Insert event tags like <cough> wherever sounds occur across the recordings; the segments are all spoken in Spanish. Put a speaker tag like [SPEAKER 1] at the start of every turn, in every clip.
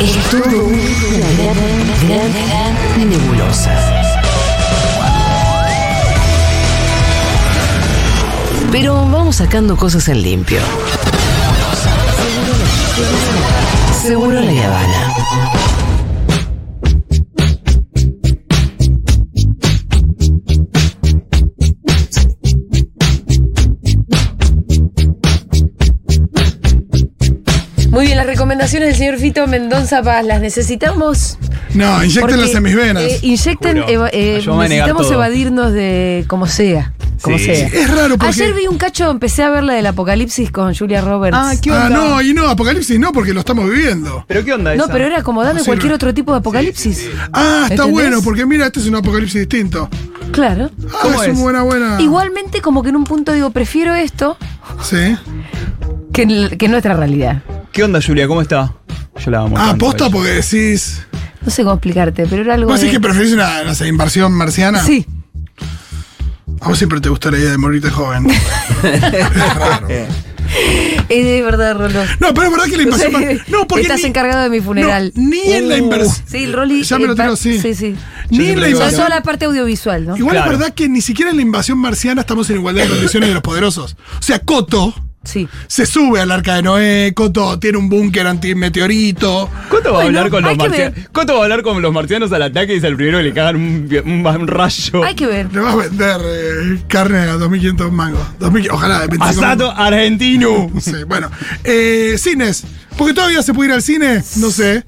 [SPEAKER 1] Es todo una gran, gran, gran nebulosa. Pero vamos sacando cosas en limpio. Seguro la Habana.
[SPEAKER 2] Muy bien, las recomendaciones del señor Fito Mendoza Paz, ¿las necesitamos?
[SPEAKER 3] No, inyectenlas
[SPEAKER 2] Porque,
[SPEAKER 3] en mis venas.
[SPEAKER 2] eh, inyecten,
[SPEAKER 4] Juro.
[SPEAKER 2] eva- eh,
[SPEAKER 4] Yo me voy a negar
[SPEAKER 2] necesitamos
[SPEAKER 4] todo.
[SPEAKER 2] evadirnos de como sea. Como
[SPEAKER 4] Sí.
[SPEAKER 2] sea.
[SPEAKER 3] es raro porque.
[SPEAKER 2] Ayer vi un cacho, empecé a ver la del Apocalipsis con Julia Roberts.
[SPEAKER 4] Ah, ¿qué
[SPEAKER 3] Ah,
[SPEAKER 4] onda?
[SPEAKER 3] no, y no, Apocalipsis no, porque lo estamos viviendo.
[SPEAKER 4] ¿Pero qué onda
[SPEAKER 2] no,
[SPEAKER 4] esa?
[SPEAKER 2] pero era como dame
[SPEAKER 3] No sirve.
[SPEAKER 2] cualquier otro tipo de Apocalipsis.
[SPEAKER 3] Ah, está
[SPEAKER 2] ¿Entendés?
[SPEAKER 3] bueno, porque mira, este es un apocalipsis distinto.
[SPEAKER 2] Claro.
[SPEAKER 3] Ah,
[SPEAKER 4] ¿Cómo
[SPEAKER 3] es,
[SPEAKER 4] es?
[SPEAKER 3] una buena, buena.
[SPEAKER 2] Igualmente, como que en un punto digo, prefiero esto
[SPEAKER 3] Sí.
[SPEAKER 2] que, el- que nuestra realidad.
[SPEAKER 4] ¿Qué onda, Julia? ¿Cómo está? Yo la amo.
[SPEAKER 3] Ah,
[SPEAKER 4] tanto,
[SPEAKER 3] posta
[SPEAKER 4] ella.
[SPEAKER 3] porque decís.
[SPEAKER 2] No sé cómo explicarte, pero era algo.
[SPEAKER 3] ¿Vos decís
[SPEAKER 2] de-
[SPEAKER 3] que preferís una, no sé, inversión marciana?
[SPEAKER 2] Sí.
[SPEAKER 3] A vos siempre te gustó la idea de
[SPEAKER 2] <laughs>
[SPEAKER 3] morirte joven.
[SPEAKER 2] Es de verdad, Rolo.
[SPEAKER 3] No, pero es verdad que la invasión.
[SPEAKER 2] Sí.
[SPEAKER 3] mar- pues, No, porque.
[SPEAKER 2] Estás
[SPEAKER 3] ni-
[SPEAKER 2] encargado de mi funeral.
[SPEAKER 3] no, ni en la
[SPEAKER 4] Uh.
[SPEAKER 3] inversión.
[SPEAKER 2] Sí, el Rolly.
[SPEAKER 3] Ya me lo
[SPEAKER 2] eh, pa-
[SPEAKER 3] tiro, sí.
[SPEAKER 2] Sí, sí.
[SPEAKER 3] Ni en la
[SPEAKER 4] Yo
[SPEAKER 2] Sobre
[SPEAKER 3] invasión.
[SPEAKER 2] todo la parte audiovisual, ¿no?
[SPEAKER 3] Igual es
[SPEAKER 4] Claro.
[SPEAKER 3] verdad que ni siquiera en la invasión marciana estamos en igualdad de condiciones de los poderosos. O sea, Coto
[SPEAKER 2] Sí.
[SPEAKER 3] se sube al arca de Noé, Coto tiene un búnker antimeteorito.
[SPEAKER 4] ¿Cuánto va, a
[SPEAKER 2] Bueno,
[SPEAKER 4] hablar con
[SPEAKER 2] hay
[SPEAKER 4] los
[SPEAKER 2] que ver.
[SPEAKER 4] marcianos? ¿Cuánto va a hablar con los marcianos al ataque y es el primero que le cagan un, un- un rayo?
[SPEAKER 2] Hay que ver.
[SPEAKER 3] Le vas a vender eh, carne a 2.500 mangos. 2000, ojalá, de 25
[SPEAKER 4] Asado argentino.
[SPEAKER 3] Sí, bueno. Eh, cines. Porque todavía se puede ir al cine. No sé.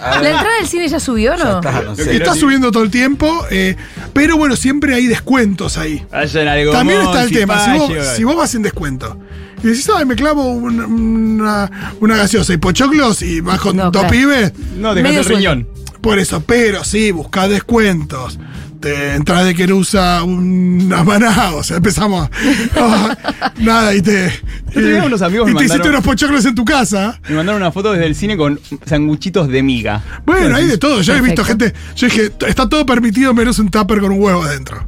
[SPEAKER 2] ¿La entrada del cine ya subió, no?
[SPEAKER 5] Está, no sé.
[SPEAKER 3] Está subiendo todo el tiempo. eh, pero bueno, siempre hay descuentos ahí.
[SPEAKER 4] Vayan al
[SPEAKER 3] También
[SPEAKER 4] Gomón,
[SPEAKER 3] está el tema. Si vos,
[SPEAKER 4] Cipallo.
[SPEAKER 3] si vos vas en descuento y decís, ay, me clavo un- una, una gaseosa y pochoclos y vas con
[SPEAKER 2] No,
[SPEAKER 3] dos
[SPEAKER 2] claro.
[SPEAKER 3] pibes.
[SPEAKER 4] No, dejate
[SPEAKER 2] Medio
[SPEAKER 4] el riñón.
[SPEAKER 3] Por eso, pero sí, buscá descuentos. Te entras de querusa una maná, o sea, empezamos. <laughs> Ah, nada, y te. eh,
[SPEAKER 4] Yo tenía unos amigos
[SPEAKER 3] y
[SPEAKER 4] me
[SPEAKER 3] te hiciste
[SPEAKER 4] mandaron-
[SPEAKER 3] unos pochoclos en tu casa.
[SPEAKER 4] Me mandaron una foto desde el cine con sanguchitos de miga.
[SPEAKER 3] Bueno, hay de todo. Yo he visto
[SPEAKER 2] Perfecto.
[SPEAKER 3] gente. Yo dije, está todo permitido menos un tupper con un huevo adentro.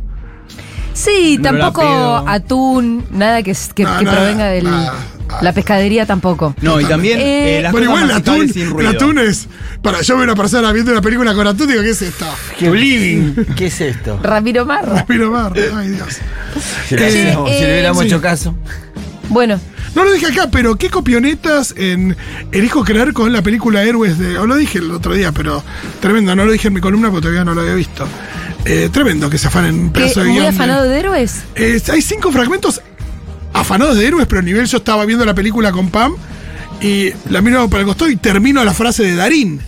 [SPEAKER 2] Sí,
[SPEAKER 4] No la
[SPEAKER 2] tampoco
[SPEAKER 4] pido.
[SPEAKER 2] atún, nada que, que-
[SPEAKER 3] No,
[SPEAKER 2] que
[SPEAKER 3] nada,
[SPEAKER 2] provenga de
[SPEAKER 3] nada, nada.
[SPEAKER 2] la pescadería tampoco.
[SPEAKER 4] No, y también
[SPEAKER 2] Eh,
[SPEAKER 4] eh, las
[SPEAKER 3] Bueno,
[SPEAKER 4] cosas
[SPEAKER 3] igual el
[SPEAKER 4] musicales
[SPEAKER 3] atún,
[SPEAKER 4] sin
[SPEAKER 3] el
[SPEAKER 4] ruido.
[SPEAKER 3] atún es. Para, yo veo una persona viendo una película con atún, digo, ¿qué es esto?
[SPEAKER 5] ¿Qué,
[SPEAKER 3] <laughs>
[SPEAKER 5] ¿Qué es esto?
[SPEAKER 2] Ramiro Marra.
[SPEAKER 3] Respiro mar,
[SPEAKER 4] Eh.
[SPEAKER 3] ay Dios.
[SPEAKER 5] Si le,
[SPEAKER 3] Eh,
[SPEAKER 5] hubiéramos- si le
[SPEAKER 2] eh,
[SPEAKER 5] hubiéramos
[SPEAKER 3] sí.
[SPEAKER 5] hecho caso.
[SPEAKER 2] Bueno,
[SPEAKER 3] No lo dije acá, pero qué copionetas en elijo creer con la película Héroes de. O lo dije el otro día, pero tremendo, no lo dije en mi columna porque todavía no lo había visto. Eh, tremendo que se afanen un
[SPEAKER 2] que
[SPEAKER 3] pedazo de
[SPEAKER 2] muy
[SPEAKER 3] guión de-
[SPEAKER 2] afanado de héroes.
[SPEAKER 3] Eh, hay cinco fragmentos afanados de héroes, pero a nivel yo estaba viendo la película con Pam y la miro para el costado y termino la frase de
[SPEAKER 5] <laughs>
[SPEAKER 3] Darín.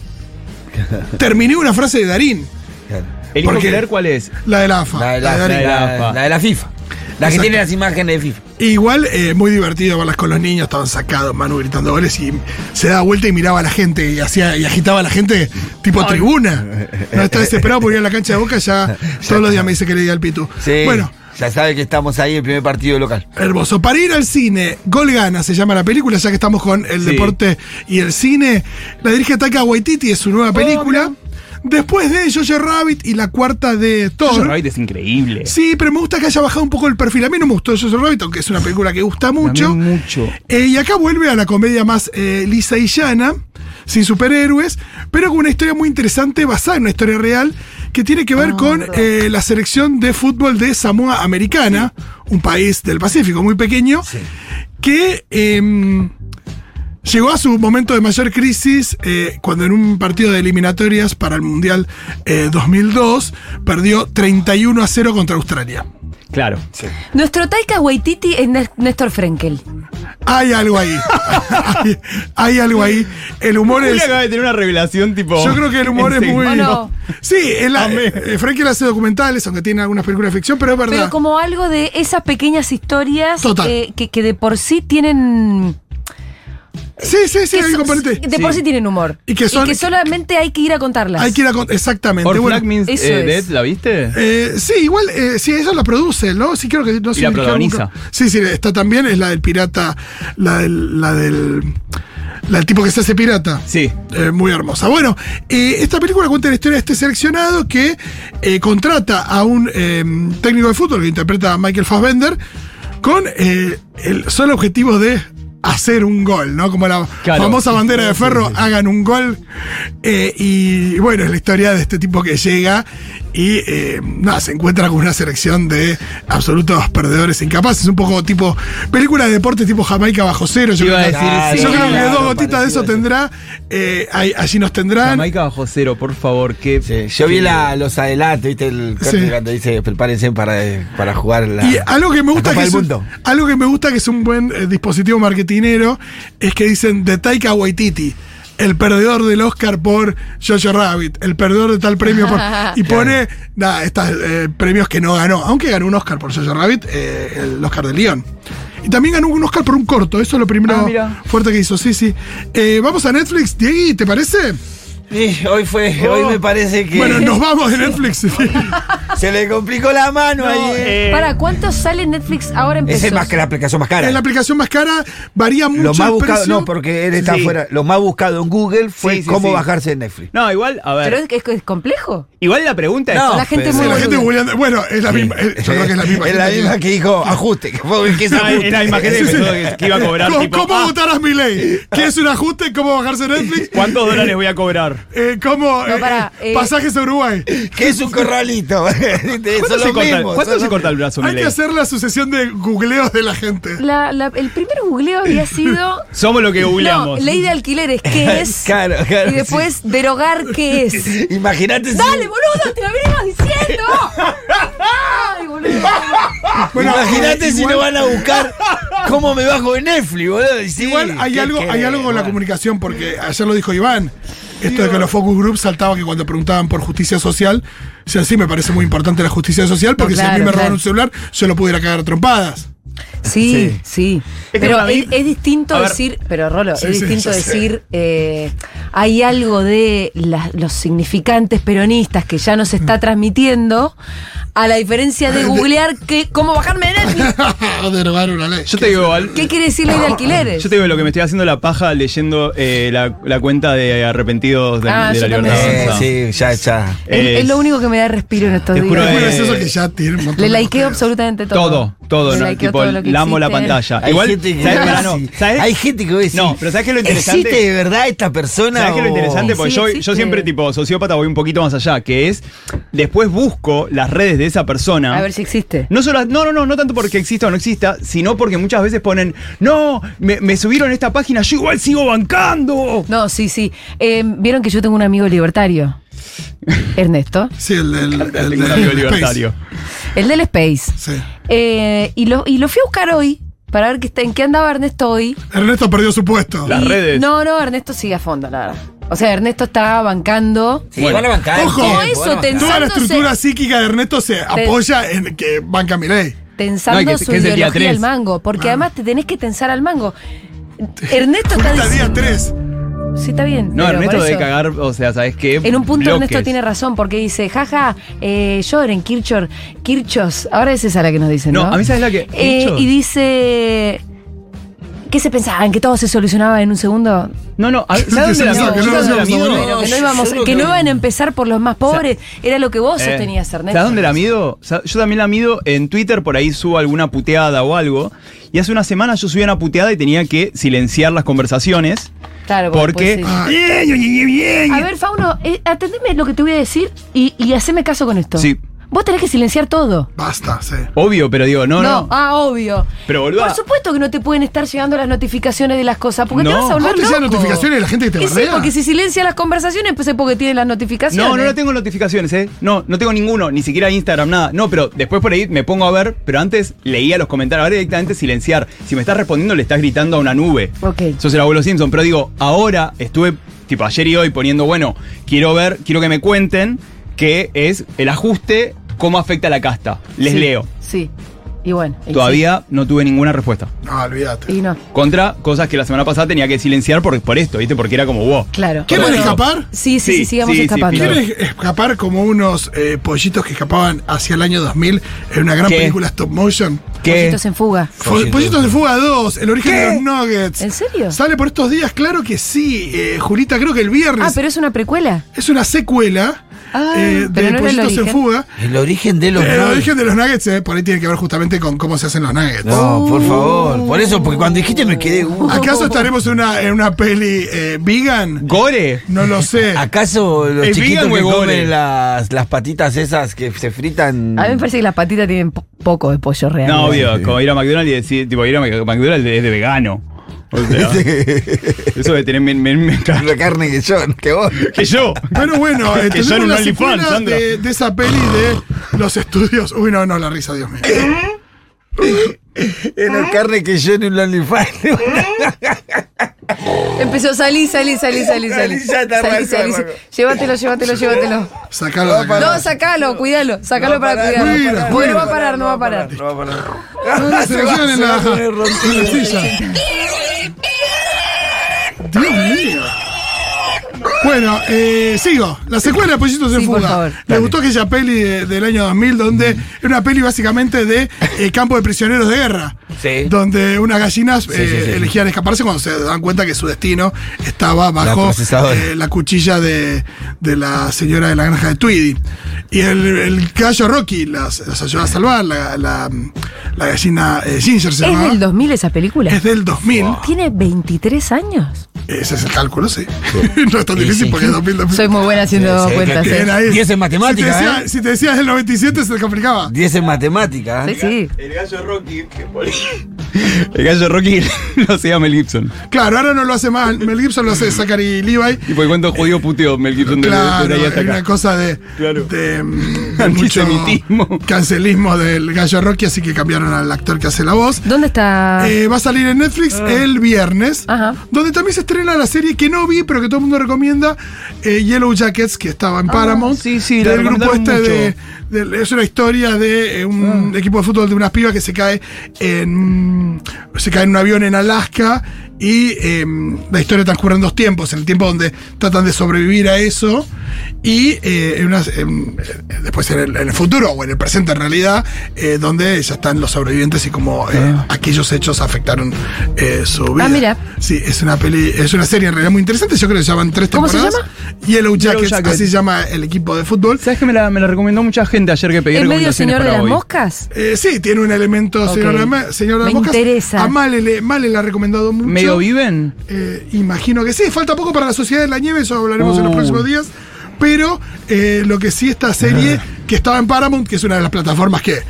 [SPEAKER 3] Terminé una frase de Darín,
[SPEAKER 5] Claro.
[SPEAKER 4] El hijo
[SPEAKER 3] Porque-
[SPEAKER 4] querer, cuál es.
[SPEAKER 3] la de la AFA.
[SPEAKER 5] La de Ah, la,
[SPEAKER 3] la de
[SPEAKER 5] la
[SPEAKER 3] Darín.
[SPEAKER 5] de la-
[SPEAKER 4] AFA.
[SPEAKER 5] la de la FIFA. La que
[SPEAKER 3] Exacto.
[SPEAKER 5] tiene las imágenes de FIFA.
[SPEAKER 3] Igual, eh, muy divertido verlas con los niños, estaban sacados, Manu gritando goles y se daba vuelta y miraba a la gente y hacía y agitaba a la gente tipo tribuna. No está desesperado por ir a la cancha de boca, ya todos los días me dice que le diga al pitu.
[SPEAKER 5] Sí.
[SPEAKER 3] Bueno,
[SPEAKER 5] Ya sabe que estamos ahí en el primer partido local.
[SPEAKER 3] hermoso. Para ir al cine, Gol Gana se llama la película, ya que estamos con el
[SPEAKER 4] Sí.
[SPEAKER 3] deporte y el cine. La dirige Taka Waititi, es su
[SPEAKER 4] Oh,
[SPEAKER 3] nueva película. Después de Jojo Rabbit y la cuarta de Thor.
[SPEAKER 4] Jojo Rabbit es increíble.
[SPEAKER 3] Sí, pero me gusta que haya bajado un poco el perfil. A mí no me gustó Jojo Rabbit, aunque es una película que gusta mucho.
[SPEAKER 4] También mucho.
[SPEAKER 3] Eh, y acá vuelve a la comedia más eh, lisa y llana, sin superhéroes, pero con una historia muy interesante basada en una historia real que tiene que ver con eh, la selección de fútbol de Samoa Americana, un país del Pacífico muy pequeño, que em, llegó a su momento de mayor crisis eh, cuando en un partido de eliminatorias para el Mundial eh, 2002 perdió 31 a 0 contra Australia.
[SPEAKER 4] Claro.
[SPEAKER 2] Nuestro Taika Waititi es Nes- Néstor Frenkel.
[SPEAKER 3] Hay algo ahí. hay, hay algo ahí. El humor
[SPEAKER 4] Julia
[SPEAKER 3] es.
[SPEAKER 4] acaba de tener una revelación tipo.
[SPEAKER 3] Yo creo que el humor es muy.
[SPEAKER 2] ¿O no?
[SPEAKER 3] Sí, él,
[SPEAKER 4] Amé.
[SPEAKER 3] eh, Frankie hace documentales, aunque tiene algunas películas de ficción, pero es verdad.
[SPEAKER 2] Pero como algo de esas pequeñas historias
[SPEAKER 3] Total.
[SPEAKER 2] eh, que, que de por sí tienen.
[SPEAKER 3] sí, sí, sí,
[SPEAKER 2] que
[SPEAKER 3] hay un
[SPEAKER 2] so-
[SPEAKER 3] componente.
[SPEAKER 2] de por sí tienen humor.
[SPEAKER 3] Y que son-
[SPEAKER 2] solamente hay que ir a contarlas.
[SPEAKER 3] Hay que ir a. con- Exactamente.
[SPEAKER 4] Or
[SPEAKER 3] este, bueno.
[SPEAKER 4] Flag Means,
[SPEAKER 2] eso
[SPEAKER 4] eh,
[SPEAKER 2] es.
[SPEAKER 4] Dead, ¿la viste?
[SPEAKER 3] Eh, sí, igual, eh, sí, eso la produce, ¿no? Sí, creo que no sé
[SPEAKER 4] la
[SPEAKER 3] si dije
[SPEAKER 4] protagoniza.
[SPEAKER 3] algún- Sí, sí, está también, es la del pirata, la del. La del, la del tipo que se hace pirata.
[SPEAKER 4] Sí.
[SPEAKER 3] Eh, muy hermosa. Bueno, eh, esta película cuenta la historia de este seleccionado que eh, contrata a un eh, técnico de fútbol que interpreta a Michael Fassbender con eh, el solo objetivo de hacer un gol, ¿no? Como la
[SPEAKER 4] Claro.
[SPEAKER 3] famosa bandera de Ferro, hagan un gol. Eh, y bueno, es la historia de este tipo que llega y eh, nada, se encuentra con una selección de absolutos perdedores incapaces. Un poco tipo película de deporte tipo Jamaica bajo cero. Yo,
[SPEAKER 4] Iba a
[SPEAKER 3] creo,
[SPEAKER 4] decir,
[SPEAKER 5] Claro,
[SPEAKER 4] sí.
[SPEAKER 3] yo creo que
[SPEAKER 5] claro,
[SPEAKER 3] dos gotitas de
[SPEAKER 5] parecido
[SPEAKER 3] eso
[SPEAKER 5] a eso.
[SPEAKER 3] tendrá. eh, ahí- allí nos tendrán.
[SPEAKER 4] Jamaica bajo cero, por favor. Que,
[SPEAKER 5] Sí, yo vi la, los adelantos, viste el corte
[SPEAKER 3] Sí.
[SPEAKER 5] cuando dice prepárense para, eh, para jugar la.
[SPEAKER 3] Y algo que me
[SPEAKER 5] la
[SPEAKER 3] gusta que
[SPEAKER 5] Copa del
[SPEAKER 3] es un,
[SPEAKER 5] Mundo.
[SPEAKER 3] algo que me gusta que es un buen eh, dispositivo marketinero es que dicen de Taika Waititi, el perdedor del Oscar por Jojo Rabbit, el perdedor de tal premio por, y pone nada, estos premios que no ganó, aunque ganó un Oscar por Jojo Rabbit, eh, el Oscar de León. Y también ganó un Oscar por un corto, eso es lo primero
[SPEAKER 4] Ah, mira.
[SPEAKER 3] fuerte que hizo, sí, sí. Eh, vamos a Netflix, Diegui, ¿te parece?
[SPEAKER 5] Sí, hoy fue, hoy me parece que
[SPEAKER 3] Bueno, nos vamos de Netflix.
[SPEAKER 5] <laughs> se le complicó la mano ahí. eh.
[SPEAKER 2] Para, ¿cuánto sale Netflix ahora en
[SPEAKER 5] Esa
[SPEAKER 2] pesos?
[SPEAKER 5] es más que la aplicación más cara.
[SPEAKER 3] Es la aplicación más cara, varía mucho
[SPEAKER 5] Lo más
[SPEAKER 3] el
[SPEAKER 5] buscado,
[SPEAKER 3] precio.
[SPEAKER 5] no, porque él está
[SPEAKER 4] Sí.
[SPEAKER 5] afuera. Lo más buscado en Google fue
[SPEAKER 4] Sí, sí,
[SPEAKER 5] cómo
[SPEAKER 4] sí.
[SPEAKER 5] bajarse de Netflix.
[SPEAKER 4] No, igual, a ver.
[SPEAKER 2] Pero es, que es, es complejo.
[SPEAKER 4] Igual la pregunta es.
[SPEAKER 5] No,
[SPEAKER 2] la gente
[SPEAKER 5] pero-
[SPEAKER 2] es muy
[SPEAKER 3] Sí, la gente
[SPEAKER 2] boluda.
[SPEAKER 3] googleando- Bueno, es la misma. eh, Yo creo que es la misma.
[SPEAKER 5] Es la misma que dijo ajuste. Que fue, que es
[SPEAKER 4] Ah,
[SPEAKER 5] ajuste.
[SPEAKER 4] era la imagen de
[SPEAKER 5] Sí, sí.
[SPEAKER 4] Menudo que, que iba a cobrar.
[SPEAKER 3] ¿Cómo,
[SPEAKER 4] tipo,
[SPEAKER 3] cómo
[SPEAKER 4] ah,
[SPEAKER 3] votar a mi ley? ¿Qué es un ajuste? ¿Cómo bajarse Netflix?
[SPEAKER 4] ¿Cuántos dólares voy
[SPEAKER 3] <laughs>
[SPEAKER 4] a cobrar?
[SPEAKER 3] Eh, ¿Cómo
[SPEAKER 2] No,
[SPEAKER 3] eh,
[SPEAKER 2] pará, eh,
[SPEAKER 3] pasajes a Uruguay?
[SPEAKER 5] Que es un corralito. <laughs>
[SPEAKER 4] ¿Cuánto,
[SPEAKER 5] ¿Cuánto
[SPEAKER 4] se corta, cuánto se corta el brazo,
[SPEAKER 3] Hay que
[SPEAKER 4] Milei?
[SPEAKER 3] hacer la sucesión de googleos de la gente.
[SPEAKER 2] La- la- el primer googleo había
[SPEAKER 5] <laughs>
[SPEAKER 2] sido.
[SPEAKER 4] Somos lo que
[SPEAKER 2] No,
[SPEAKER 4] googleamos.
[SPEAKER 2] ley de alquileres, ¿qué es?
[SPEAKER 5] Claro, claro,
[SPEAKER 2] Y después, derogar, ¿qué
[SPEAKER 5] <laughs>
[SPEAKER 2] es?
[SPEAKER 5] Imagínate si-
[SPEAKER 2] ¡Dale, boludo! ¡Te lo venimos
[SPEAKER 5] <laughs>
[SPEAKER 2] diciendo! ¡Ay, boludo!
[SPEAKER 3] Bueno,
[SPEAKER 5] Imagínate si
[SPEAKER 3] igual-
[SPEAKER 5] no van a buscar cómo me bajo de Netflix, boludo. Y sí,
[SPEAKER 3] Igual hay
[SPEAKER 5] ¿qué
[SPEAKER 3] algo, hay
[SPEAKER 5] querés,
[SPEAKER 3] algo con la
[SPEAKER 5] bueno?
[SPEAKER 3] comunicación, porque ayer lo dijo Iván. Esto de que los focus groups saltaba que cuando preguntaban por justicia social, si así me parece muy importante la justicia social, porque si a mí
[SPEAKER 2] claro,
[SPEAKER 3] me roban
[SPEAKER 2] claro.
[SPEAKER 3] un celular, yo lo pudiera cagar a trompadas.
[SPEAKER 2] Sí, sí.
[SPEAKER 4] Es que
[SPEAKER 2] Pero
[SPEAKER 4] para mí-
[SPEAKER 2] es, es distinto
[SPEAKER 4] A ver.
[SPEAKER 2] decir, pero Rolo,
[SPEAKER 3] Sí,
[SPEAKER 2] es
[SPEAKER 3] sí,
[SPEAKER 2] distinto
[SPEAKER 3] ya sé.
[SPEAKER 2] decir, eh, hay algo de las- los significantes peronistas que ya no se está transmitiendo, a la diferencia de googlear que, cómo bajarme de
[SPEAKER 3] <laughs>
[SPEAKER 2] Netflix.
[SPEAKER 3] Derogar una ley.
[SPEAKER 4] Yo te digo, Val,
[SPEAKER 2] ¿Qué quiere decir ley de alquileres?
[SPEAKER 4] Yo te digo lo que me estoy haciendo la paja leyendo eh, la, la cuenta de arrepentidos de,
[SPEAKER 2] Ah,
[SPEAKER 4] de
[SPEAKER 2] yo
[SPEAKER 4] la
[SPEAKER 2] también.
[SPEAKER 4] libertad.
[SPEAKER 5] Eh,
[SPEAKER 4] Avanza.
[SPEAKER 5] sí, ya, ya.
[SPEAKER 2] es, es lo único que me da respiro en estos
[SPEAKER 4] Te juro,
[SPEAKER 3] Es
[SPEAKER 2] días.
[SPEAKER 3] muy
[SPEAKER 4] eh,
[SPEAKER 3] gracioso que ya tiene un montón
[SPEAKER 2] Le
[SPEAKER 3] de
[SPEAKER 2] likeo
[SPEAKER 3] costeos.
[SPEAKER 2] absolutamente todo.
[SPEAKER 4] Todo, todo,
[SPEAKER 2] Le
[SPEAKER 4] ¿no?
[SPEAKER 2] likeo
[SPEAKER 4] Tipo,
[SPEAKER 2] todo lo que
[SPEAKER 4] la amo la
[SPEAKER 2] existe.
[SPEAKER 4] pantalla.
[SPEAKER 5] Hay
[SPEAKER 4] Igual,
[SPEAKER 5] gente que
[SPEAKER 4] ¿sabes?
[SPEAKER 5] ve
[SPEAKER 4] Pará, no,
[SPEAKER 5] así.
[SPEAKER 4] ¿sabes?
[SPEAKER 5] Hay gente que ve así.
[SPEAKER 4] No, pero ¿sabes qué es lo interesante?
[SPEAKER 5] ¿Existe de verdad esta persona?
[SPEAKER 4] ¿Sabes qué es lo
[SPEAKER 5] o-
[SPEAKER 4] interesante?
[SPEAKER 2] Sí,
[SPEAKER 4] Porque
[SPEAKER 2] sí,
[SPEAKER 4] yo,
[SPEAKER 2] existe.
[SPEAKER 4] yo siempre, tipo, sociópata, voy un poquito más allá, que es después busco las redes de esa persona.
[SPEAKER 2] A ver si existe.
[SPEAKER 4] No, solo, no, no, no, no tanto porque exista o no exista, sino porque muchas veces ponen, no, me, me subieron esta página, yo igual sigo bancando.
[SPEAKER 2] No, sí, sí. Eh, Vieron que yo tengo un amigo
[SPEAKER 4] <laughs>
[SPEAKER 2] libertario. Ernesto.
[SPEAKER 3] Sí, el del. el
[SPEAKER 4] Tengo
[SPEAKER 3] del
[SPEAKER 4] un amigo
[SPEAKER 3] Space.
[SPEAKER 4] libertario.
[SPEAKER 2] El del Space.
[SPEAKER 3] Sí.
[SPEAKER 2] Eh, y, lo, y lo fui a buscar hoy para ver qué está, en qué andaba Ernesto hoy.
[SPEAKER 3] Ernesto perdió su puesto.
[SPEAKER 4] Las
[SPEAKER 2] Y-
[SPEAKER 4] redes.
[SPEAKER 2] No, no, Ernesto sigue a fondo, la verdad. O sea, Ernesto está bancando.
[SPEAKER 5] Sí, van a bancar.
[SPEAKER 3] Ojo.
[SPEAKER 5] van a
[SPEAKER 3] Todo
[SPEAKER 5] bancar.
[SPEAKER 2] eso te-
[SPEAKER 3] Toda la
[SPEAKER 2] Pensándose-
[SPEAKER 3] estructura psíquica de Ernesto se apoya en que banca Milei.
[SPEAKER 2] Tensando
[SPEAKER 4] No, y que-
[SPEAKER 2] su
[SPEAKER 4] que es el día
[SPEAKER 2] ideología
[SPEAKER 4] tres.
[SPEAKER 2] al mango. Porque
[SPEAKER 3] Ah.
[SPEAKER 2] además te tenés que tensar al mango. Ernesto está
[SPEAKER 3] Hasta día
[SPEAKER 2] diciendo.
[SPEAKER 3] 3.
[SPEAKER 2] Sí, está bien.
[SPEAKER 4] No,
[SPEAKER 2] pero
[SPEAKER 4] Ernesto
[SPEAKER 2] por
[SPEAKER 4] debe
[SPEAKER 2] eso-
[SPEAKER 4] cagar, o sea, ¿sabes qué?
[SPEAKER 2] En un punto Ernesto
[SPEAKER 4] Bloques.
[SPEAKER 2] tiene razón porque dice, jaja, eh, lloren, Kirchhoff, Kirchhoff. Ahora es esa la que nos dicen, ¿no?
[SPEAKER 4] No, a mí sabes la que-
[SPEAKER 2] Eh,
[SPEAKER 4] Kirchhoff.
[SPEAKER 2] y dice, ¿qué se pensaban? ¿Que todo se solucionaba en un segundo?
[SPEAKER 4] No, no, a- ¿sabes
[SPEAKER 3] Sí,
[SPEAKER 4] dónde la
[SPEAKER 3] sí, <laughs>
[SPEAKER 4] mierda?
[SPEAKER 3] que no
[SPEAKER 4] ¿Sabes
[SPEAKER 3] nos
[SPEAKER 4] dónde la
[SPEAKER 3] vamos a
[SPEAKER 4] miedo?
[SPEAKER 3] morir.
[SPEAKER 2] Pero que no,
[SPEAKER 5] yo-
[SPEAKER 2] íbamos-
[SPEAKER 5] yo creo
[SPEAKER 2] que
[SPEAKER 5] que-
[SPEAKER 2] no iban a empezar por los más pobres, era lo que vos
[SPEAKER 4] Eh,
[SPEAKER 2] sostenías, Ernesto.
[SPEAKER 4] ¿Sabes dónde la mido? Sa- Yo también la mido en Twitter, por ahí subo alguna puteada o algo. Y hace una semana yo subí una puteada y tenía que silenciar las conversaciones.
[SPEAKER 2] Claro,
[SPEAKER 4] Porque.
[SPEAKER 2] pues, sí.
[SPEAKER 3] Ah.
[SPEAKER 2] A ver, Fauno, eh, atendeme lo que te voy a decir y, y haceme caso con esto.
[SPEAKER 4] Sí.
[SPEAKER 2] Vos tenés que silenciar todo.
[SPEAKER 3] Basta, sí.
[SPEAKER 4] Obvio, pero digo, no, no.
[SPEAKER 2] ah, obvio.
[SPEAKER 4] Pero, boluda-
[SPEAKER 2] Por supuesto que no te pueden estar llegando las notificaciones de las cosas, porque te
[SPEAKER 4] No.
[SPEAKER 2] vas a volver
[SPEAKER 3] ¿Vos te llegan
[SPEAKER 2] loco.
[SPEAKER 3] notificaciones de la gente que te
[SPEAKER 2] Y sí,
[SPEAKER 3] bardea?
[SPEAKER 2] porque si silencia las conversaciones, pues es porque tiene las notificaciones.
[SPEAKER 4] No, no, no tengo notificaciones, ¿eh? No, no tengo ninguno, ni siquiera Instagram, nada. No, pero después por ahí me pongo a ver, pero antes leía los comentarios, ahora directamente silenciar. Si me estás respondiendo, le estás gritando a una nube.
[SPEAKER 2] Ok.
[SPEAKER 4] Sos el abuelo Simpson, pero digo, ahora estuve, tipo ayer y hoy, poniendo, bueno, quiero ver, quiero que me cuenten qué es el ajuste, cómo afecta a la casta. Les
[SPEAKER 2] Sí,
[SPEAKER 4] leo.
[SPEAKER 2] Sí. Y bueno. y
[SPEAKER 4] Todavía no tuve ninguna respuesta.
[SPEAKER 3] No,
[SPEAKER 2] sí.
[SPEAKER 3] olvídate.
[SPEAKER 2] Y no.
[SPEAKER 4] Contra cosas que la semana pasada tenía que silenciar por, por esto, ¿viste? Porque era como, wow.
[SPEAKER 2] Claro.
[SPEAKER 3] ¿Quieren
[SPEAKER 2] Bueno.
[SPEAKER 3] escapar?
[SPEAKER 2] Sí, sí, sí,
[SPEAKER 4] Sí,
[SPEAKER 2] sigamos
[SPEAKER 4] sí, sí,
[SPEAKER 2] escapando.
[SPEAKER 4] claro.
[SPEAKER 3] ¿Quieren escapar como unos eh, pollitos que escapaban hacia el año 2000 en una gran
[SPEAKER 4] ¿Qué?
[SPEAKER 3] película stop motion?
[SPEAKER 4] ¿Qué?
[SPEAKER 2] Pollitos en fuga.
[SPEAKER 3] Fo- Pollitos, de Fuga 2, El origen de los Nuggets.
[SPEAKER 2] ¿En serio?
[SPEAKER 3] ¿Sale por estos días? Claro que sí. Eh, Julita, creo que el viernes.
[SPEAKER 2] Ah, pero es una precuela.
[SPEAKER 3] Es una secuela
[SPEAKER 2] Ah,
[SPEAKER 3] eh,
[SPEAKER 2] pero
[SPEAKER 3] de
[SPEAKER 2] no era el
[SPEAKER 3] pollitos en
[SPEAKER 2] origen.
[SPEAKER 3] fuga.
[SPEAKER 5] El origen de los.
[SPEAKER 3] El
[SPEAKER 5] nuggets.
[SPEAKER 3] origen de los nuggets eh, por ahí tiene que ver justamente con cómo se hacen los nuggets.
[SPEAKER 5] No,
[SPEAKER 3] Uh.
[SPEAKER 5] por favor. Por eso, porque cuando dijiste me quedé. uh,
[SPEAKER 3] ¿Acaso estaremos en una, en una peli eh, vegan?
[SPEAKER 4] ¿Gore?
[SPEAKER 3] No lo sé.
[SPEAKER 5] ¿Acaso los
[SPEAKER 4] ¿Es vegan
[SPEAKER 5] chiquitos
[SPEAKER 4] o
[SPEAKER 5] que
[SPEAKER 4] es gore?
[SPEAKER 5] comen las, las patitas esas que se fritan?
[SPEAKER 2] A mí me parece que las patitas tienen po- poco de pollo real.
[SPEAKER 4] No, obvio, como ir a McDonald's y decir, tipo, ir a Mac- McDonald's es de vegano. O
[SPEAKER 3] <laughs>
[SPEAKER 4] sea, eso de tener men- men- <laughs> men-
[SPEAKER 5] La carne que yo, que vos.
[SPEAKER 4] que yo.
[SPEAKER 3] Pero bueno, eh,
[SPEAKER 4] <laughs> Que ya
[SPEAKER 3] tenemos
[SPEAKER 4] era un
[SPEAKER 3] la
[SPEAKER 4] OnlyFans,
[SPEAKER 3] secuela
[SPEAKER 4] Sandra.
[SPEAKER 3] de, de esa peli de los estudios. Uy, no, no, la risa, Dios
[SPEAKER 4] <laughs>
[SPEAKER 3] mío.
[SPEAKER 2] ¿Eh?
[SPEAKER 5] Era carne que yo en un OnlyFans.
[SPEAKER 2] Empezó, salí, salí, salí, salí, salí.
[SPEAKER 5] Salí, ya está,
[SPEAKER 2] Salí,
[SPEAKER 5] Marco,
[SPEAKER 2] salí,
[SPEAKER 5] Marco.
[SPEAKER 2] Llévatelo, llévatelo, llévatelo.
[SPEAKER 3] Sacalo de acá.
[SPEAKER 2] No, sacalo, cuídalo, sacalo para cuidarlo.
[SPEAKER 3] no va a parar.
[SPEAKER 2] Porque no va a parar, no va a parar.
[SPEAKER 5] No va a parar.
[SPEAKER 3] Ah, se lo llevan <laughs> en la, en la silla. Dios mío. Bueno, eh, sigo. La secuela de Pollitos en
[SPEAKER 2] Sí, por
[SPEAKER 3] Fuga.
[SPEAKER 2] favor.
[SPEAKER 3] Me gustó aquella peli de- del año 2000 donde era una peli básicamente de eh, campo de prisioneros de guerra.
[SPEAKER 5] Sí.
[SPEAKER 3] Donde unas gallinas eh,
[SPEAKER 5] sí, sí.
[SPEAKER 3] elegían escaparse cuando se dan cuenta que su destino estaba bajo
[SPEAKER 5] procesadora.
[SPEAKER 3] eh, la cuchilla de, de la señora de la granja de Tweedy. Y el, el gallo Rocky las, las ayuda a salvar, la, la- la gallina eh, Ginger se
[SPEAKER 2] ¿Es
[SPEAKER 3] llamaba.
[SPEAKER 2] del 2000 esa película?
[SPEAKER 3] Es del 2000.
[SPEAKER 2] ¿Tiene 23 años?
[SPEAKER 3] Ese es el cálculo, sí. <laughs> no es tan difícil porque es 2000, 2000.
[SPEAKER 2] Soy muy buena haciendo
[SPEAKER 5] Sí, sí,
[SPEAKER 2] cuentas.
[SPEAKER 5] que-
[SPEAKER 2] ¿eh?
[SPEAKER 3] Bien ahí.
[SPEAKER 5] Diez en matemática,
[SPEAKER 3] Si te, decía,
[SPEAKER 5] ¿eh?
[SPEAKER 3] si te decía el 97 se te complicaba.
[SPEAKER 5] 10 en matemática. ¿eh?
[SPEAKER 2] Sí, sí.
[SPEAKER 4] El gallo Rocky. <laughs> El gallo Rocky <laughs> lo hacía Mel Gibson.
[SPEAKER 3] Claro, ahora no lo hace más. Mel Gibson lo hace Zachary Levi.
[SPEAKER 4] Y por cuánto jodido puteó Mel Gibson de
[SPEAKER 3] Claro,
[SPEAKER 4] de ahí hasta
[SPEAKER 3] hay una
[SPEAKER 4] acá.
[SPEAKER 3] cosa de,
[SPEAKER 4] Claro.
[SPEAKER 3] de, mm, de mucho
[SPEAKER 4] Antisemitismo.
[SPEAKER 3] cancelismo del gallo Rocky, así que cambiaron al actor que hace la voz.
[SPEAKER 2] ¿Dónde está?
[SPEAKER 4] Ah.
[SPEAKER 3] Eh, va a salir en Netflix el viernes,
[SPEAKER 2] Ajá.
[SPEAKER 3] donde también se estrena la serie que no vi, pero que todo el mundo recomienda, eh, Yellow Jackets, que estaba en Paramount.
[SPEAKER 4] Ah, sí, sí, la
[SPEAKER 3] del grupo este
[SPEAKER 4] recomendaron
[SPEAKER 3] de, de- Es una historia de eh, un equipo de fútbol de unas pibas que se cae en. se cae en un avión en Alaska. Y eh, la historia transcurre en dos tiempos, en el tiempo donde tratan de sobrevivir a eso y eh, en unas- en- eh, después en el, en el futuro o en el presente en realidad, eh, donde ya están los sobrevivientes y cómo eh, aquellos hechos afectaron eh, su vida.
[SPEAKER 2] mira.
[SPEAKER 3] Sí, es una peli, es una serie en realidad muy interesante. Yo creo que se llaman tres
[SPEAKER 2] ¿Cómo se
[SPEAKER 3] temporadas. Yellow Jackets,
[SPEAKER 4] Jacket.
[SPEAKER 3] así se llama el equipo de fútbol.
[SPEAKER 4] ¿Sabes que me la, me la recomendó mucha gente ayer que pedí
[SPEAKER 2] ¿Es medio
[SPEAKER 4] recomendaciones
[SPEAKER 2] señor de
[SPEAKER 4] para
[SPEAKER 2] las
[SPEAKER 4] hoy?
[SPEAKER 2] moscas?
[SPEAKER 3] Eh, sí, tiene un elemento,
[SPEAKER 2] Ok.
[SPEAKER 3] señora, Ma- señora
[SPEAKER 2] Me
[SPEAKER 3] Moscas.
[SPEAKER 2] interesa.
[SPEAKER 3] A Male le, Male le ha recomendado mucho.
[SPEAKER 4] ¿Medio viven?
[SPEAKER 3] Eh, imagino que sí, falta poco para la Sociedad de la Nieve, eso hablaremos en los
[SPEAKER 4] Uh.
[SPEAKER 3] próximos días. Pero eh, lo que sí, esta serie
[SPEAKER 5] Eh.
[SPEAKER 3] que estaba en Paramount, que es una de las plataformas que.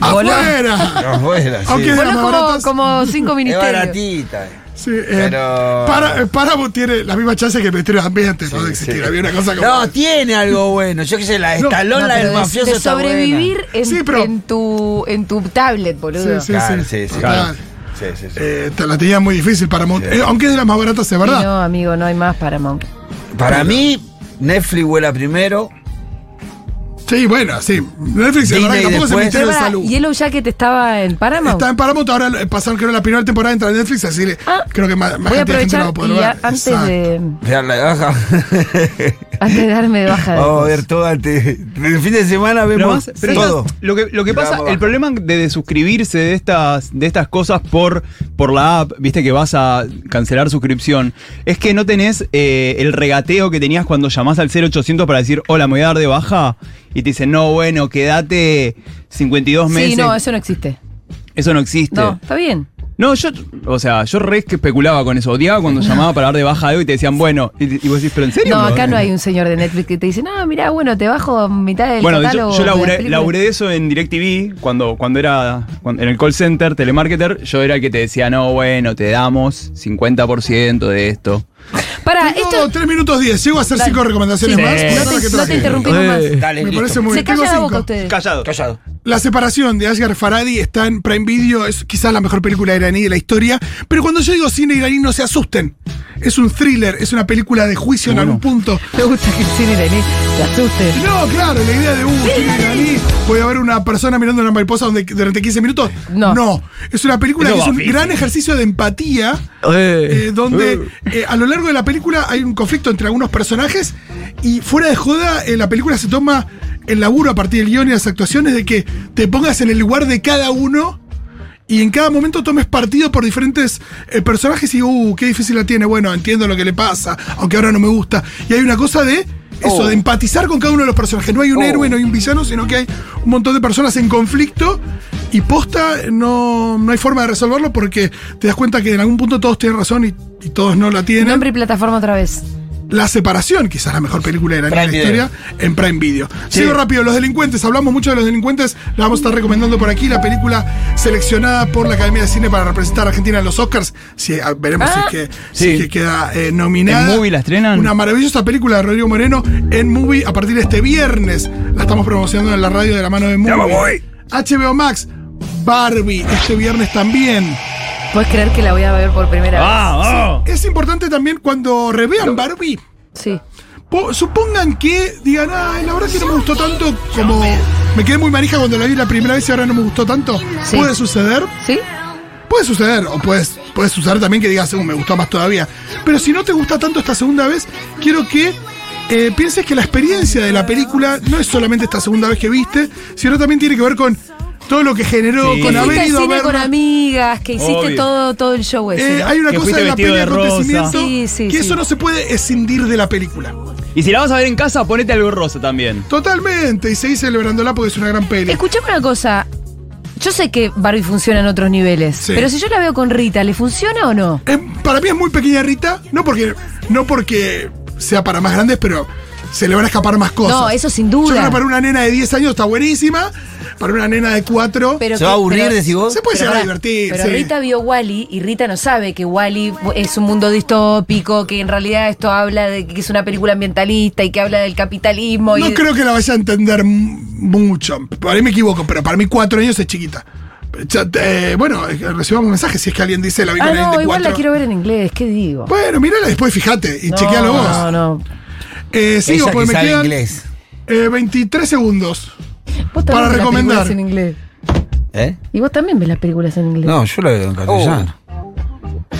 [SPEAKER 2] Voló.
[SPEAKER 5] <laughs>
[SPEAKER 3] ¡Afuera! Aunque
[SPEAKER 5] Aunque
[SPEAKER 3] de
[SPEAKER 2] Bueno, es
[SPEAKER 3] las más
[SPEAKER 2] como,
[SPEAKER 3] baratas.
[SPEAKER 2] como cinco
[SPEAKER 5] es
[SPEAKER 2] ministerios.
[SPEAKER 5] baratita. eh.
[SPEAKER 3] Sí, eh,
[SPEAKER 5] Pero-
[SPEAKER 3] Para- eh, Paramount tiene la misma chance que el Ministerio de Ambiente, ¿no? De existir. Había una cosa como.
[SPEAKER 5] No, tiene algo bueno. Yo qué sé, la de
[SPEAKER 3] No,
[SPEAKER 5] Estalón,
[SPEAKER 2] No,
[SPEAKER 5] la
[SPEAKER 2] pero
[SPEAKER 5] del
[SPEAKER 2] de-
[SPEAKER 5] mafioso.
[SPEAKER 2] de
[SPEAKER 5] está
[SPEAKER 2] sobrevivir en,
[SPEAKER 3] Sí, pero-
[SPEAKER 2] en tu, en tu tablet, boludo.
[SPEAKER 3] Sí, sí,
[SPEAKER 5] Claro,
[SPEAKER 3] sí.
[SPEAKER 5] sí, sí.
[SPEAKER 3] Total.
[SPEAKER 5] buena. Sí, sí, sí.
[SPEAKER 3] Eh, te la tenía muy difícil Paramount. Eh, aunque es de las más baratas, es
[SPEAKER 2] Y
[SPEAKER 3] verdad.
[SPEAKER 2] no, amigo, no hay más Paramount.
[SPEAKER 5] Para mí, Netflix vuela primero.
[SPEAKER 3] Sí, bueno, sí. Netflix, la
[SPEAKER 5] Disney
[SPEAKER 3] verdad que tampoco es el
[SPEAKER 5] después.
[SPEAKER 3] Ministerio de
[SPEAKER 2] Pará,
[SPEAKER 3] Salud.
[SPEAKER 2] ¿Yellow Jacket estaba en Paramount?
[SPEAKER 3] Está en Paramount, ahora eh, pasaron creo la primera temporada entra en Netflix, así que
[SPEAKER 2] Ah,
[SPEAKER 3] creo que más, más
[SPEAKER 2] Voy a
[SPEAKER 3] gente de gente
[SPEAKER 2] aprovechar
[SPEAKER 3] la va a poder
[SPEAKER 2] y
[SPEAKER 3] ver.
[SPEAKER 2] a- antes
[SPEAKER 3] Exacto.
[SPEAKER 2] de, <laughs>
[SPEAKER 5] Ya la baja.
[SPEAKER 2] antes de darme de baja de
[SPEAKER 5] Vamos a ver todo antes. El fin de semana
[SPEAKER 4] Pero
[SPEAKER 5] vemos
[SPEAKER 4] más- pero
[SPEAKER 5] todo.
[SPEAKER 4] más- lo que, lo que
[SPEAKER 5] Mirá,
[SPEAKER 4] pasa,
[SPEAKER 5] vamos
[SPEAKER 4] el
[SPEAKER 5] abajo.
[SPEAKER 4] problema de desuscribirse de estas, de estas cosas por, por la app, viste que vas a cancelar suscripción, es que no tenés eh, el regateo que tenías cuando llamás al 0800 para decir, hola, me voy a dar de baja, y te dicen, no, bueno, quédate 52 meses.
[SPEAKER 2] Sí, no, eso no existe.
[SPEAKER 4] Eso no existe.
[SPEAKER 2] No, está bien.
[SPEAKER 4] No, yo, o sea, yo re que especulaba con eso. Odiaba cuando llamaba para dar de baja algo y te decían, bueno, y, y vos decís, pero en serio.
[SPEAKER 2] No, acá no hay un señor de Netflix que te dice, no, mirá, bueno, te bajo mitad del
[SPEAKER 4] Bueno,
[SPEAKER 2] catálogo.
[SPEAKER 4] yo, yo
[SPEAKER 2] de las
[SPEAKER 4] laburé,
[SPEAKER 2] películas".
[SPEAKER 4] laburé de eso en DirecTV cuando, cuando era cuando- en el call center, telemarketer. Yo era el que te decía, no, bueno, te damos 50% de esto.
[SPEAKER 2] Pará,
[SPEAKER 3] Tengo
[SPEAKER 2] Ah, esto...
[SPEAKER 3] 3 minutos 10, llego a hacer
[SPEAKER 2] Dale.
[SPEAKER 3] 5 recomendaciones
[SPEAKER 2] Sí.
[SPEAKER 3] más.
[SPEAKER 2] Sí.
[SPEAKER 3] Mirá
[SPEAKER 2] No
[SPEAKER 3] para
[SPEAKER 2] te-
[SPEAKER 3] qué
[SPEAKER 2] no te
[SPEAKER 3] traje.
[SPEAKER 2] interrumpimos más.
[SPEAKER 5] Dale,
[SPEAKER 3] Me
[SPEAKER 5] listo.
[SPEAKER 3] parece muy
[SPEAKER 2] Se
[SPEAKER 3] bien.
[SPEAKER 2] calla
[SPEAKER 3] Tengo
[SPEAKER 2] la boca
[SPEAKER 3] cinco.
[SPEAKER 2] ustedes.
[SPEAKER 4] Callado.
[SPEAKER 5] Callado.
[SPEAKER 3] La separación de Asghar Farhadi está en Prime Video, es quizás la mejor película iraní de la historia. Pero cuando yo digo cine iraní, no se asusten. Es un thriller, es una película de juicio en
[SPEAKER 4] Bueno.
[SPEAKER 3] algún punto.
[SPEAKER 2] Me gusta que el cine iraní te asuste.
[SPEAKER 3] No, claro, la idea de un cine iraní, voy a ver una persona mirando una mariposa donde, durante 15 minutos.
[SPEAKER 2] No.
[SPEAKER 3] No, es una película
[SPEAKER 4] Eso
[SPEAKER 3] que es
[SPEAKER 4] va
[SPEAKER 3] un
[SPEAKER 4] físico.
[SPEAKER 3] gran ejercicio de empatía. eh, donde
[SPEAKER 4] Uh.
[SPEAKER 3] eh, a lo largo de la película hay un conflicto entre algunos personajes y fuera de joda eh, la película se toma el laburo a partir del guión y las actuaciones de que te pongas en el lugar de cada uno y en cada momento tomes partido por diferentes eh, personajes y, uh, qué difícil la tiene, bueno, entiendo lo que le pasa, aunque ahora no me gusta. Y hay una cosa de, eso,
[SPEAKER 5] Oh.
[SPEAKER 3] de empatizar con cada uno de los personajes. No hay un
[SPEAKER 5] Oh.
[SPEAKER 3] héroe, no hay un villano, sino que hay un montón de personas en conflicto y posta no, no hay forma de resolverlo porque te das cuenta que en algún punto todos tienen razón y, y todos no la tienen.
[SPEAKER 2] Nombre y plataforma otra vez.
[SPEAKER 3] La separación, quizás la mejor película de la,
[SPEAKER 5] Prime
[SPEAKER 3] la
[SPEAKER 5] Video.
[SPEAKER 3] historia, en Prime Video.
[SPEAKER 5] Sí.
[SPEAKER 3] Sigo rápido, Los Delincuentes, hablamos mucho de Los Delincuentes, la vamos a estar recomendando por aquí, la película seleccionada por la Academia de Cine para representar a Argentina en los Oscars, si, ah, veremos
[SPEAKER 2] Ah.
[SPEAKER 3] si, es que,
[SPEAKER 5] Sí.
[SPEAKER 3] si es que queda eh, nominada.
[SPEAKER 4] ¿En Movie la estrenan?
[SPEAKER 3] Una maravillosa película de Rodrigo Moreno en Movie a partir de este viernes. La estamos promocionando en la radio de la mano de Movie. HBO Max, Barbie, este viernes también.
[SPEAKER 2] ¿Puedes creer que la voy a ver por primera
[SPEAKER 3] Ah,
[SPEAKER 5] ¡Vamos!
[SPEAKER 3] Es importante también cuando revean Barbie.
[SPEAKER 2] vez? Sí.
[SPEAKER 3] Po- Supongan que digan, ah, la verdad que no me gustó tanto como me quedé muy manija cuando la vi la primera vez y ahora no me gustó tanto.
[SPEAKER 2] Sí.
[SPEAKER 3] ¿Puede suceder?
[SPEAKER 2] ¿Sí?
[SPEAKER 3] Puede suceder, o puedes, puede suceder también que digas, "Uh, me gustó más todavía. Pero si no te gusta tanto esta segunda vez, quiero que eh, pienses que la experiencia de la película no es solamente esta segunda vez que viste, sino también tiene que ver con todo lo que generó,
[SPEAKER 4] Sí.
[SPEAKER 3] con
[SPEAKER 2] Fuiste
[SPEAKER 4] Que
[SPEAKER 3] haber
[SPEAKER 2] al
[SPEAKER 3] ido a
[SPEAKER 2] cine con
[SPEAKER 3] verla.
[SPEAKER 2] amigas, que hiciste
[SPEAKER 4] Obvio.
[SPEAKER 2] todo, todo el show ese.
[SPEAKER 3] Eh, hay una
[SPEAKER 4] Que
[SPEAKER 3] cosa
[SPEAKER 4] fuiste
[SPEAKER 3] de la
[SPEAKER 4] vestido
[SPEAKER 3] peli de
[SPEAKER 4] de rosa.
[SPEAKER 3] acontecimiento
[SPEAKER 2] Sí, sí,
[SPEAKER 3] que
[SPEAKER 2] sí.
[SPEAKER 3] eso no se puede escindir de la película.
[SPEAKER 4] Y si la vas a ver en casa, ponete algo rosa también.
[SPEAKER 3] Totalmente, y seguís celebrándola porque es una gran peli.
[SPEAKER 2] Escuchame una cosa. Yo sé que Barbie funciona en otros niveles,
[SPEAKER 3] Sí.
[SPEAKER 2] pero si yo la veo con Rita, ¿le funciona o no?
[SPEAKER 3] Eh, para mí es muy pequeña Rita, no porque, no porque sea para más grandes, pero se le van a escapar más cosas.
[SPEAKER 2] No, eso sin
[SPEAKER 3] Yo
[SPEAKER 2] duda.
[SPEAKER 3] creo que para una nena de 10 años está buenísima, para una nena de 4.
[SPEAKER 2] Pero
[SPEAKER 5] ¿Se va a
[SPEAKER 2] que-
[SPEAKER 5] aburrir,
[SPEAKER 2] pero-
[SPEAKER 5] decís vos?
[SPEAKER 3] Se puede
[SPEAKER 2] pero
[SPEAKER 3] llegar a
[SPEAKER 2] pará,
[SPEAKER 3] divertir.
[SPEAKER 2] Pero
[SPEAKER 3] sí.
[SPEAKER 2] Rita vio Wally y Rita no sabe que Wally es un mundo distópico, que en realidad esto habla de que es una película ambientalista y que habla del capitalismo.
[SPEAKER 3] no
[SPEAKER 2] y,
[SPEAKER 3] creo que la vaya a entender m- mucho. Para mí me equivoco, pero para mí 4 años es chiquita. Ya, eh, bueno, eh, recibamos mensajes si es que alguien dice la vi con
[SPEAKER 2] ah,
[SPEAKER 3] alguien
[SPEAKER 2] no,
[SPEAKER 3] de
[SPEAKER 2] igual la
[SPEAKER 3] cuatro.
[SPEAKER 2] quiero ver en inglés, ¿qué digo?
[SPEAKER 3] Bueno, mírala después, fíjate, y
[SPEAKER 2] No,
[SPEAKER 3] chequealo vos.
[SPEAKER 2] No, no.
[SPEAKER 3] Eh, sigo,
[SPEAKER 5] Ella que
[SPEAKER 3] porque me
[SPEAKER 5] sabe
[SPEAKER 3] quedan
[SPEAKER 5] inglés.
[SPEAKER 3] eh, 23 segundos.
[SPEAKER 2] Vos también ves
[SPEAKER 3] Para
[SPEAKER 2] las
[SPEAKER 3] recomendar.
[SPEAKER 2] películas en inglés.
[SPEAKER 5] ¿Eh?
[SPEAKER 2] Y vos también ves las películas en inglés.
[SPEAKER 5] No, yo la veo en castellano.
[SPEAKER 4] Oh.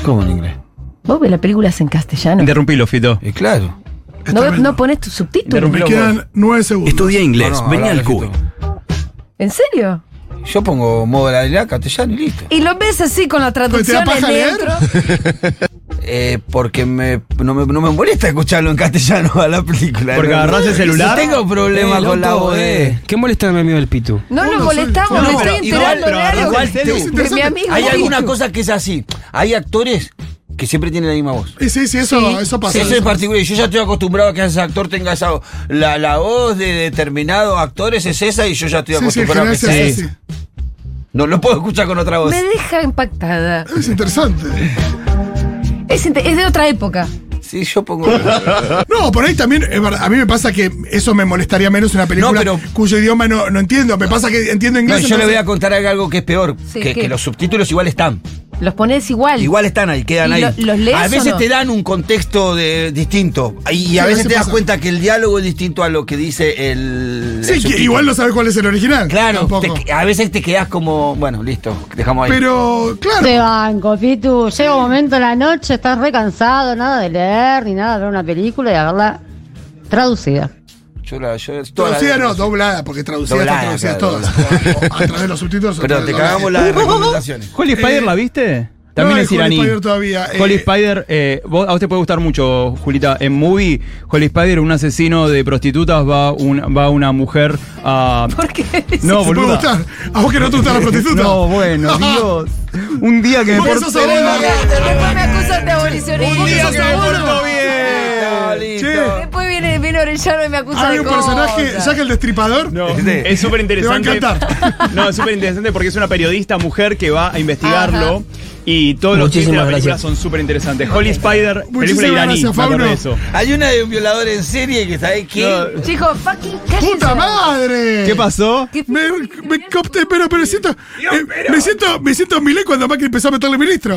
[SPEAKER 5] ¿Cómo en inglés?
[SPEAKER 2] Vos ves las películas en castellano.
[SPEAKER 4] Interrumpilo, Fito.
[SPEAKER 5] Eh, claro.
[SPEAKER 2] No, ve-
[SPEAKER 3] tremendo.
[SPEAKER 2] no pones tus subtítulos.
[SPEAKER 3] Me quedan 9 segundos.
[SPEAKER 6] Estudia inglés,
[SPEAKER 5] No, no,
[SPEAKER 6] vení
[SPEAKER 5] hablame,
[SPEAKER 6] al CUE.
[SPEAKER 5] Fito.
[SPEAKER 2] ¿En serio?
[SPEAKER 5] Yo pongo modo la la castellano y listo.
[SPEAKER 2] Y lo ves así con la
[SPEAKER 3] Pues, ¿te
[SPEAKER 2] traducción
[SPEAKER 3] da paja leer?
[SPEAKER 2] dentro.
[SPEAKER 3] <laughs>
[SPEAKER 5] Eh, porque me, no, me, no me molesta escucharlo en castellano a la película.
[SPEAKER 4] Porque
[SPEAKER 5] No,
[SPEAKER 4] agarrás
[SPEAKER 5] no,
[SPEAKER 4] el celular.
[SPEAKER 5] No tengo problema
[SPEAKER 6] Eh,
[SPEAKER 5] con la
[SPEAKER 6] loco,
[SPEAKER 5] voz de-
[SPEAKER 6] eh. ¿Qué molesta mi amigo el Pitu?
[SPEAKER 2] No nos
[SPEAKER 3] Uno
[SPEAKER 2] molestamos,
[SPEAKER 5] solo.
[SPEAKER 2] me
[SPEAKER 5] No,
[SPEAKER 2] estoy
[SPEAKER 5] pero igual-
[SPEAKER 2] enterando
[SPEAKER 4] pero
[SPEAKER 2] de algo
[SPEAKER 4] igual,
[SPEAKER 2] que-
[SPEAKER 4] Telu,
[SPEAKER 2] de mi amigo.
[SPEAKER 5] Hay alguna
[SPEAKER 2] Pitu.
[SPEAKER 5] cosa que es así. Hay actores que siempre tienen la misma voz.
[SPEAKER 3] Eh, Sí, sí, eso,
[SPEAKER 2] Sí.
[SPEAKER 3] eso pasa.
[SPEAKER 5] Eso es particular. Yo ya estoy acostumbrado a que ese actor tenga esa voz. La, la voz de determinados actores es esa y yo ya estoy
[SPEAKER 3] Sí, sí, en
[SPEAKER 5] acostumbrado
[SPEAKER 3] general
[SPEAKER 5] a que
[SPEAKER 3] se
[SPEAKER 5] sea
[SPEAKER 3] hace
[SPEAKER 5] esa.
[SPEAKER 3] así.
[SPEAKER 5] No lo puedo escuchar con otra voz.
[SPEAKER 2] Me deja impactada.
[SPEAKER 3] Es
[SPEAKER 5] <laughs>
[SPEAKER 3] interesante.
[SPEAKER 2] Es, inte- es de otra época.
[SPEAKER 5] Sí, yo pongo.
[SPEAKER 3] No, por ahí también, es verdad, a mí me pasa que eso me molestaría menos en una película
[SPEAKER 5] pero-
[SPEAKER 3] cuyo idioma no, no entiendo. Me pasa que entiendo <laughs>
[SPEAKER 5] No,
[SPEAKER 3] inglés.
[SPEAKER 5] yo le
[SPEAKER 3] entonces-
[SPEAKER 5] voy a contar algo que es peor:
[SPEAKER 2] Sí,
[SPEAKER 5] que,
[SPEAKER 2] ¿qué?
[SPEAKER 5] que los subtítulos igual están.
[SPEAKER 2] Los pones igual.
[SPEAKER 5] Igual están ahí, quedan
[SPEAKER 2] ¿Y
[SPEAKER 5] ahí.
[SPEAKER 2] lo- los lees
[SPEAKER 5] a
[SPEAKER 2] o
[SPEAKER 5] veces
[SPEAKER 2] no?
[SPEAKER 5] te dan un contexto de- distinto. Y,
[SPEAKER 3] Sí,
[SPEAKER 5] a
[SPEAKER 3] a
[SPEAKER 5] veces
[SPEAKER 3] veces
[SPEAKER 5] te das
[SPEAKER 3] pasa.
[SPEAKER 5] cuenta que el diálogo es distinto a lo que dice el. el
[SPEAKER 3] Sí, que
[SPEAKER 5] subtítulo.
[SPEAKER 3] igual no sabes cuál es el original.
[SPEAKER 5] Claro,
[SPEAKER 3] Tampoco.
[SPEAKER 5] te- a veces te quedás como. Bueno, listo, dejamos ahí.
[SPEAKER 3] Pero, claro.
[SPEAKER 7] Te banco, Pitu. Llega un momento en la noche, estás re cansado, nada de leer ni nada de ver una película y haberla traducida.
[SPEAKER 5] yo la, yo, toda la-
[SPEAKER 3] Traducida no, doblada, porque traducida
[SPEAKER 5] Doblada,
[SPEAKER 3] están traducidas
[SPEAKER 5] claro,
[SPEAKER 3] todas. O- o a través de los subtítulos. o a
[SPEAKER 5] Pero
[SPEAKER 3] través
[SPEAKER 5] te
[SPEAKER 3] de doblaje. <laughs>
[SPEAKER 5] cagamos las recomendaciones.
[SPEAKER 4] ¿Holly Spider la viste? También
[SPEAKER 3] Eh, No,
[SPEAKER 4] es
[SPEAKER 3] Holy
[SPEAKER 4] iraní.
[SPEAKER 3] Spider todavía, eh.
[SPEAKER 4] Holy Spider, eh, vos- a vos te puede gustar mucho, Julita. En movie, Holy Spider, un asesino de prostitutas, va, un, va una mujer a.
[SPEAKER 2] <laughs> ¿Por qué?
[SPEAKER 4] No,
[SPEAKER 3] ¿Te puede
[SPEAKER 4] boluda.
[SPEAKER 3] gustar? ¿A vos que no te
[SPEAKER 5] <laughs>
[SPEAKER 3] gustan las
[SPEAKER 4] <laughs>
[SPEAKER 3] prostitutas? <laughs>
[SPEAKER 4] No, bueno, Dios. Un día que me
[SPEAKER 3] Vos
[SPEAKER 4] porto
[SPEAKER 3] sos
[SPEAKER 4] bien.
[SPEAKER 3] abogada.
[SPEAKER 2] Después me acusan de abolicionismo.
[SPEAKER 3] Un día
[SPEAKER 2] Eso
[SPEAKER 3] que
[SPEAKER 2] es
[SPEAKER 3] me
[SPEAKER 2] bueno.
[SPEAKER 3] porto
[SPEAKER 5] Listo, listo.
[SPEAKER 3] Che.
[SPEAKER 2] Después viene, viene Orellano y me acusa
[SPEAKER 3] Ah, Hay
[SPEAKER 2] de
[SPEAKER 3] un personaje,
[SPEAKER 2] cosas.
[SPEAKER 3] Jack el Destripador.
[SPEAKER 4] No,
[SPEAKER 5] Sí.
[SPEAKER 4] es súper interesante.
[SPEAKER 3] Te va a encantar.
[SPEAKER 4] <laughs> No, es súper interesante porque es una periodista mujer que va a investigarlo. Y todos los chistes de la
[SPEAKER 5] Muchísimas
[SPEAKER 4] película
[SPEAKER 5] gracias.
[SPEAKER 4] son súper interesantes. Holy Spider, película
[SPEAKER 3] Muchísimas
[SPEAKER 4] iraní.
[SPEAKER 3] gracias,
[SPEAKER 4] me acordé
[SPEAKER 3] Fauno.
[SPEAKER 4] de eso.
[SPEAKER 5] Hay una de un violador en serie que sabés qué.
[SPEAKER 4] No,
[SPEAKER 2] Chicos, fucking cállense.
[SPEAKER 3] ¡Puta madre!
[SPEAKER 4] ¿Qué pasó?
[SPEAKER 2] ¿Qué
[SPEAKER 3] Me, me copté, pero, pero siento, eh, me siento. Me siento en Milei cuando Macri empezó a meterle ministro.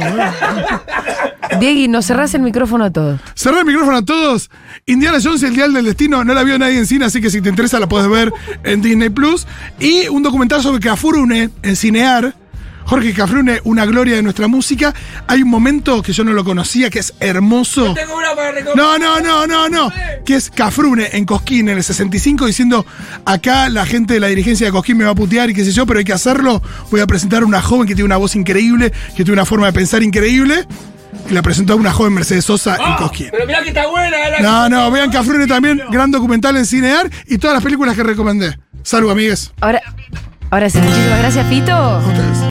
[SPEAKER 2] Diegui, nos cerrás el micrófono a todos.
[SPEAKER 3] Cerrar el micrófono a todos. Indiana Jones, el Dial del Destino, no la vio nadie en cine, así que si te interesa la puedes ver en Disney Plus. Y un documental sobre Cafrune en Cinear. Jorge Cafrune, una gloria de nuestra música. Hay un momento que yo no lo conocía, que es hermoso.
[SPEAKER 5] Tengo una para recomendar.
[SPEAKER 3] No, no, no, no, no. Que es Cafrune en Cosquín en el 65 diciendo acá la gente de la dirigencia de Cosquín me va a putear y qué sé yo, pero hay que hacerlo. Voy a presentar a una joven que tiene una voz increíble, que tiene una forma de pensar increíble. La presentó una joven Mercedes Sosa en Cosquín.
[SPEAKER 5] Pero mirá que está buena, era
[SPEAKER 3] No, no, vean Cafrune también, gran documental en Cinear y todas las películas que recomendé. Salud, amigues.
[SPEAKER 2] Ahora, ahora sí, muchísimas gracias, Fito.
[SPEAKER 3] A ustedes.